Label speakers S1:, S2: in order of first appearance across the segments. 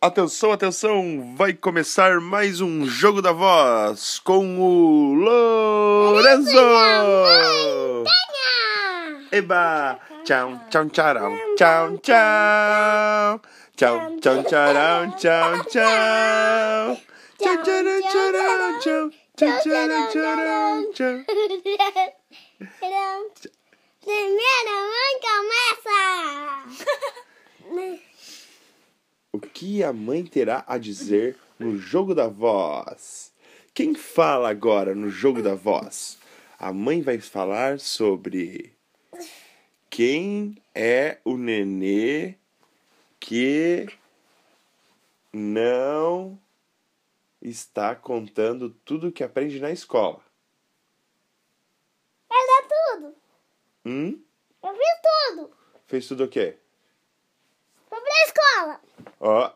S1: Atenção, atenção, vai começar mais um Jogo da Voz com o Lorenzo! Eba! Tchau, tchau, tcharão, tchau, tchau! Tchau, tchau, tcharão, tchau, tchau! Tchau, tcharão, tcharão, tchau! Tchau, tcharão, tcharão, tchau!
S2: Primeiro mãe começa!
S1: O que a mãe terá a dizer no jogo da voz? Quem fala agora no jogo da voz? A mãe vai falar sobre quem é o nenê que não está contando tudo que aprende na escola.
S2: Era tudo!
S1: Hum?
S2: Eu fiz tudo!
S1: Fez tudo o quê?
S2: Fui pra escola!
S1: Ó.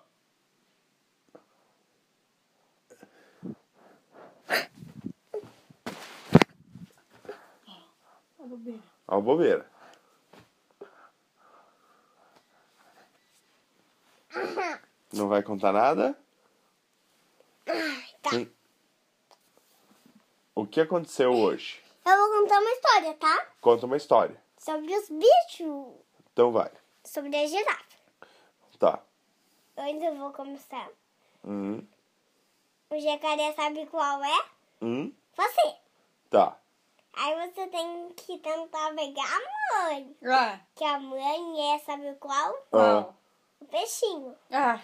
S1: Ó, a bobeira. Não vai contar nada? Hum. O que aconteceu hoje?
S2: Eu vou contar uma história, tá?
S1: Conta uma história.
S2: Sobre os bichos.
S1: Então vai.
S2: Sobre a girafa.
S1: Tá.
S2: Eu ainda vou começar.
S1: Hum,
S2: O jacaré sabe qual é?
S1: hum,
S2: Você.
S1: tá.
S2: Aí você tem que tentar pegar a mãe.
S3: Ah,
S2: Que a mãe é, sabe qual?
S1: Ah,
S3: qual?
S2: O peixinho.
S3: Ah,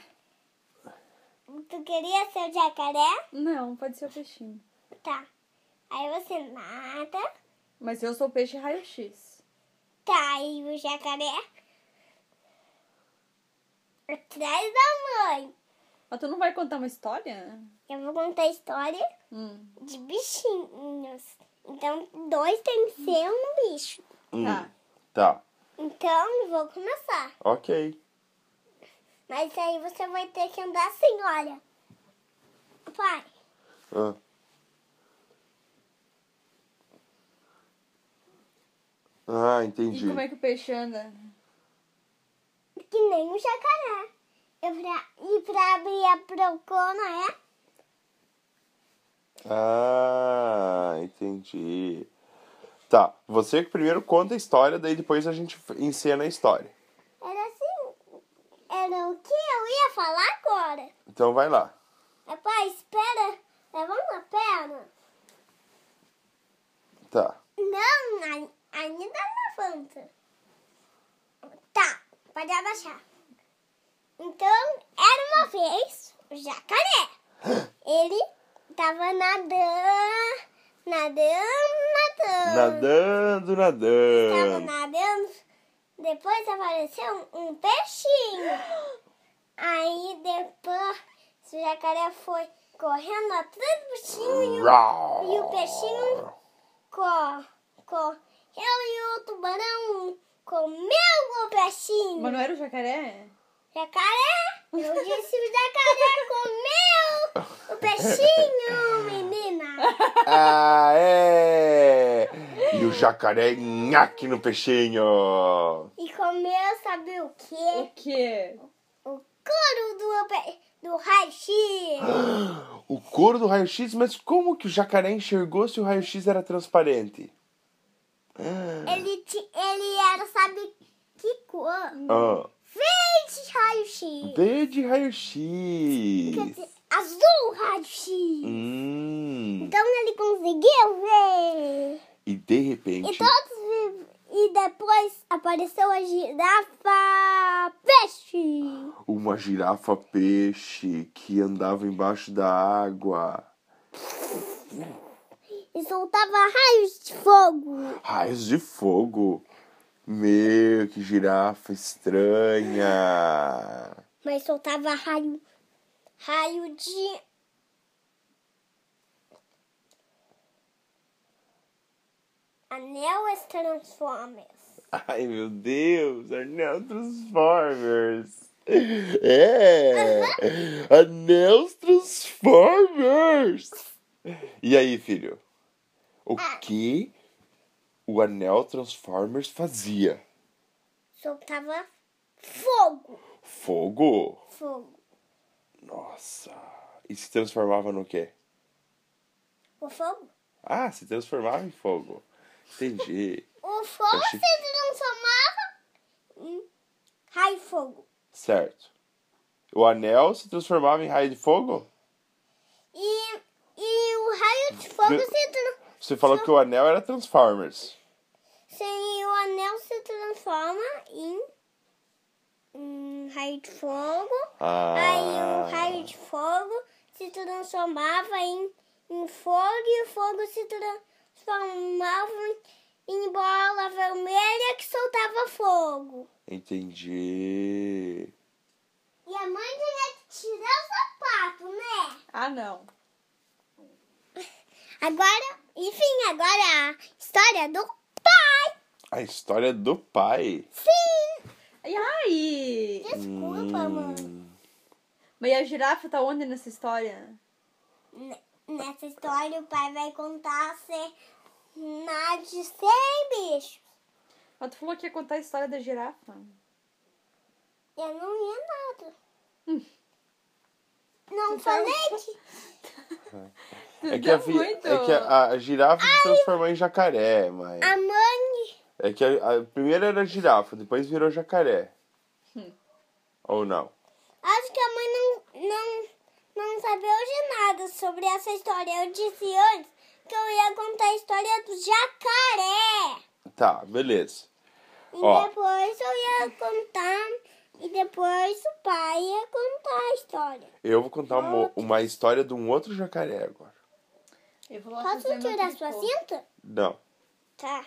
S2: Tu queria ser o jacaré?
S3: não, pode ser o peixinho.
S2: Tá. Aí você nada.
S3: Mas eu sou o peixe raio-x.
S2: Tá, e o jacaré? Atrás da mãe.
S3: Mas tu não vai contar uma história?
S2: Eu vou contar a história
S3: Hum,
S2: de bichinhos. Então, dois tem que ser um bicho.
S1: hum,
S3: tá.
S1: tá.
S2: Então, eu vou começar.
S1: Ok.
S2: Mas aí você vai ter que andar assim, olha. Pai,
S1: Ah, ah
S3: E
S1: entendi.
S3: como é que o peixe anda?
S2: que nem um jacaré. Eu pra, e pra abrir a procona é...
S1: Ah, entendi. Tá, você que primeiro conta a história, daí depois a gente encena a história.
S2: Era assim... Era o que eu ia falar agora.
S1: Então vai lá.
S2: É, pai, espera. Levanta a perna.
S1: Tá.
S2: Não, ai- ainda levanta. Tá, pode abaixar. Então, era uma vez o jacaré. Ele tava nadando, nadando, nadando.
S1: Nadando,
S2: Tava
S1: nadando.
S2: nadando. Depois apareceu um, um peixinho. Aí depois o jacaré foi correndo atrás do peixinho e o e o peixinho co, co, eu e o tubarão comeu o peixinho.
S3: Mas não era o jacaré?
S2: Jacaré, eu disse o jacaré comeu o peixinho, menina.
S1: Ah, é! E o jacaré nhaque no peixinho.
S2: E comeu, sabe o quê?
S3: O quê?
S2: O couro do, pe- do raio-x.
S1: O couro do raio-x, mas como que o jacaré enxergou se o raio-x era transparente?
S2: Ele, ti- ele era, sabe que cor?
S1: Ah,
S2: Verde raio-x.
S1: verde raio-x.
S2: Quer dizer, Azul raio-x.
S1: Hum.
S2: Então ele conseguiu ver.
S1: E de
S2: E
S1: repente.
S2: todos vi- e depois apareceu a girafa peixe.
S1: uma girafa peixe que andava embaixo da água.
S2: E soltava raios de fogo.
S1: Raios de fogo. Meu, que girafa estranha.
S2: Mas soltava raio raio de Anel Transformers.
S1: Ai, meu Deus, Anel Transformers. É! Anel Transformers. E aí, filho? O
S2: Ah.
S1: que o Anel Transformers fazia?
S2: Soltava fogo.
S1: Fogo?
S2: Fogo.
S1: Nossa. E se transformava no quê?
S2: O fogo?
S1: Ah, se transformava em fogo. Entendi.
S2: O fogo
S1: Achei-
S2: se transformava em raio de fogo.
S1: Certo. O anel se transformava em raio de fogo?
S2: E, e o raio de fogo
S1: Meu-
S2: se transforma.
S1: Você falou que o anel era Transformers.
S2: Sem o anel se transforma em, em raio de fogo.
S1: Ah.
S2: Aí o raio de fogo se transformava em, em fogo e o fogo se transformava em, em bola vermelha que soltava fogo.
S1: Entendi.
S2: E a mãe tinha que tirar o sapato, né?
S3: Ah, não.
S2: Agora, enfim, agora a história do pai.
S1: A história do pai.
S2: Sim!
S3: E aí?
S2: Desculpa, mãe.
S1: Hum,
S3: Mas a girafa tá onde nessa história?
S2: Ne- Nessa história, o pai vai contar a cena de 100 bichos.
S3: Mas tu falou que ia contar a história da girafa.
S2: Eu não ia nada. Hum. Não falei que...
S1: É que, a, vi-
S3: Tá muito.
S1: é que a, a girafa se transformou em jacaré, mãe.
S3: Ah.
S2: A mãe...
S1: É que a, a- primeiro era girafa, depois virou jacaré.
S3: Hum.
S1: Ou não?
S2: Acho que a mãe não, não, não sabia de nada sobre essa história. Eu disse antes que eu ia contar a história do jacaré.
S1: Tá, beleza.
S2: E
S1: Ó.
S2: depois eu ia contar... E depois o pai ia contar a história.
S1: Eu vou contar uma, uma história de um outro jacaré agora.
S3: Eu vou lá
S2: Posso
S3: fazer meu
S2: tirar sua
S3: tricô.
S2: cinta?
S1: Não.
S2: Tá.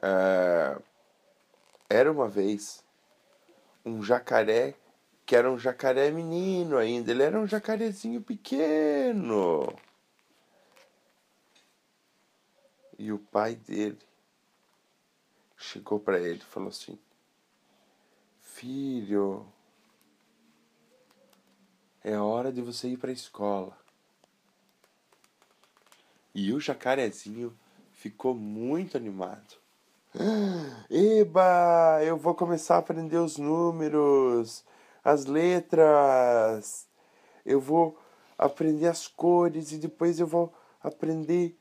S1: É, Era uma vez um jacaré que era um jacaré menino ainda. Ele era um jacarezinho pequeno. E o pai dele chegou para ele e falou assim: Filho, é hora de você ir para a escola. E o jacarezinho ficou muito animado. Eba, eu vou começar a aprender os números, as letras. Eu vou aprender as cores e depois eu vou aprender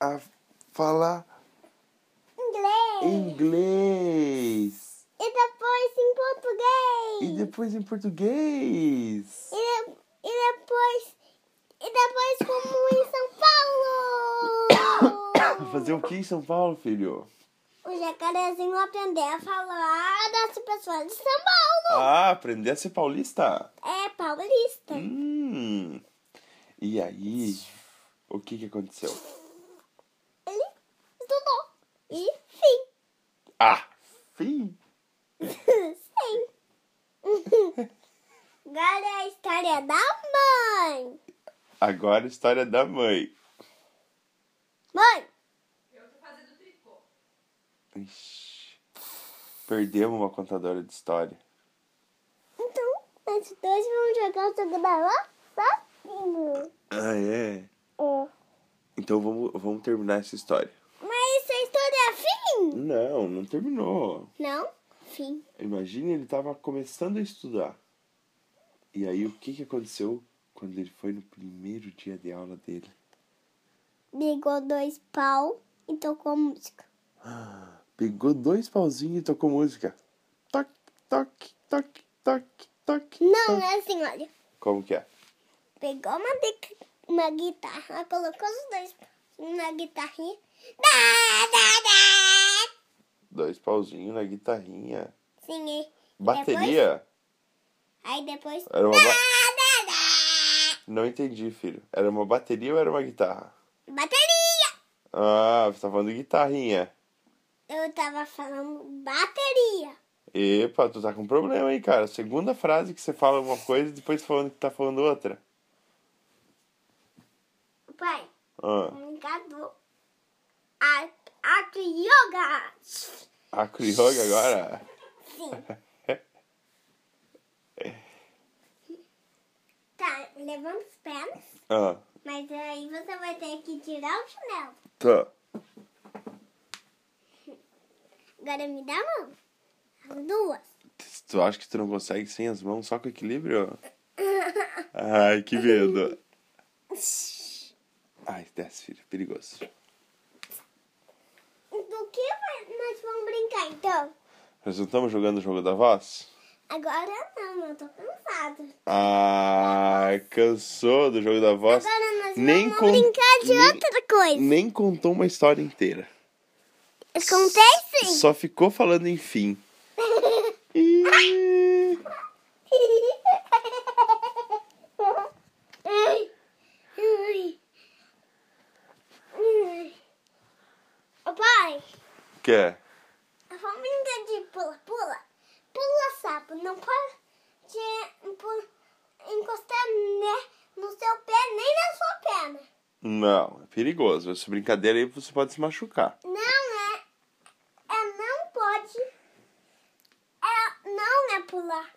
S1: a falar
S2: Inglês.
S1: inglês
S2: E depois em português.
S1: e depois em português.
S2: E, de- e depois. E depois como em São Paulo!
S1: Fazer o que em São Paulo, filho?
S2: O jacarezinho aprendeu a falar das pessoas de São Paulo.
S1: Ah, aprender a ser paulista.
S2: É paulista.
S1: Hum. E aí, o que que aconteceu?
S2: Ele estudou. E fim.
S1: Ah, fim.
S2: Sim. Agora é a história da mãe.
S1: Agora a história da mãe.
S2: Mãe,
S1: Ixi, perdemos uma contadora de história.
S2: então nós dois vamos jogar o jogo da lá sozinho.
S1: Ah, é?
S2: É.
S1: Então vamos, vamos terminar essa história.
S2: Mas essa história é fim?
S1: Não, não terminou.
S2: Não, fim.
S1: Imagina, ele tava começando a estudar. E aí, o que, que aconteceu quando ele foi no primeiro dia de aula dele?
S2: ligou dois pau e tocou música.
S1: Pegou dois pauzinhos e tocou música. Toc, toc, toc, toc, toc.
S2: Não,
S1: toc.
S2: é assim, olha.
S1: Como que é?
S2: Pegou uma, de- uma guitarra, colocou os dois na guitarrinha. Dá, dá, dá.
S1: Dois pauzinhos na guitarrinha.
S2: Sim, e-
S1: Bateria?
S2: aí depois...
S1: Era uma ba-
S2: Dá, dá, dá.
S1: Não entendi, filho. Era uma bateria ou era uma guitarra?
S2: Bateria!
S1: Ah, você tá falando de guitarrinha.
S2: Eu tava falando bateria.
S1: Epa, tu tá com problema aí, cara. Segunda frase que você fala uma coisa e depois falando que tá falando outra.
S2: Pai,
S1: Ah,
S2: obrigado. A, a yoga. Sim.
S1: acro yoga agora?
S2: Tá, levanta os pés.
S1: Ah,
S2: Mas aí você vai ter que tirar o chinelo.
S1: tá.
S2: Agora me dá a mão. As duas.
S1: Tu acha que tu não consegue sem as mãos, só com equilíbrio? Ai, que medo. Ai, desce, filho. Perigoso.
S2: Do que vai- nós vamos brincar então?
S1: Nós não estamos jogando o jogo da voz?
S2: Agora não, eu tô cansado.
S1: Ah, cansou do jogo da voz.
S2: Agora nós
S1: Nem
S2: vamos
S1: con-
S2: brincar de
S1: nem-
S2: outra coisa.
S1: Nem contou uma história inteira.
S2: Acontece?
S1: Só ficou falando em fim. Ih,
S2: Ai, ai, ai. Ô pai,
S1: Quer?
S2: vamos brincar de pula, pula. Pula sapo, não pode te- pu- encostar né, no seu pé nem na sua perna.
S1: Não, é perigoso. Essa brincadeira aí você pode se machucar.
S2: Não é. É não pode. É não é pular.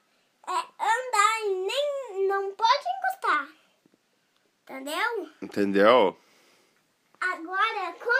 S2: É andar e nem não pode encostar. Entendeu?
S1: Entendeu?
S2: Agora, como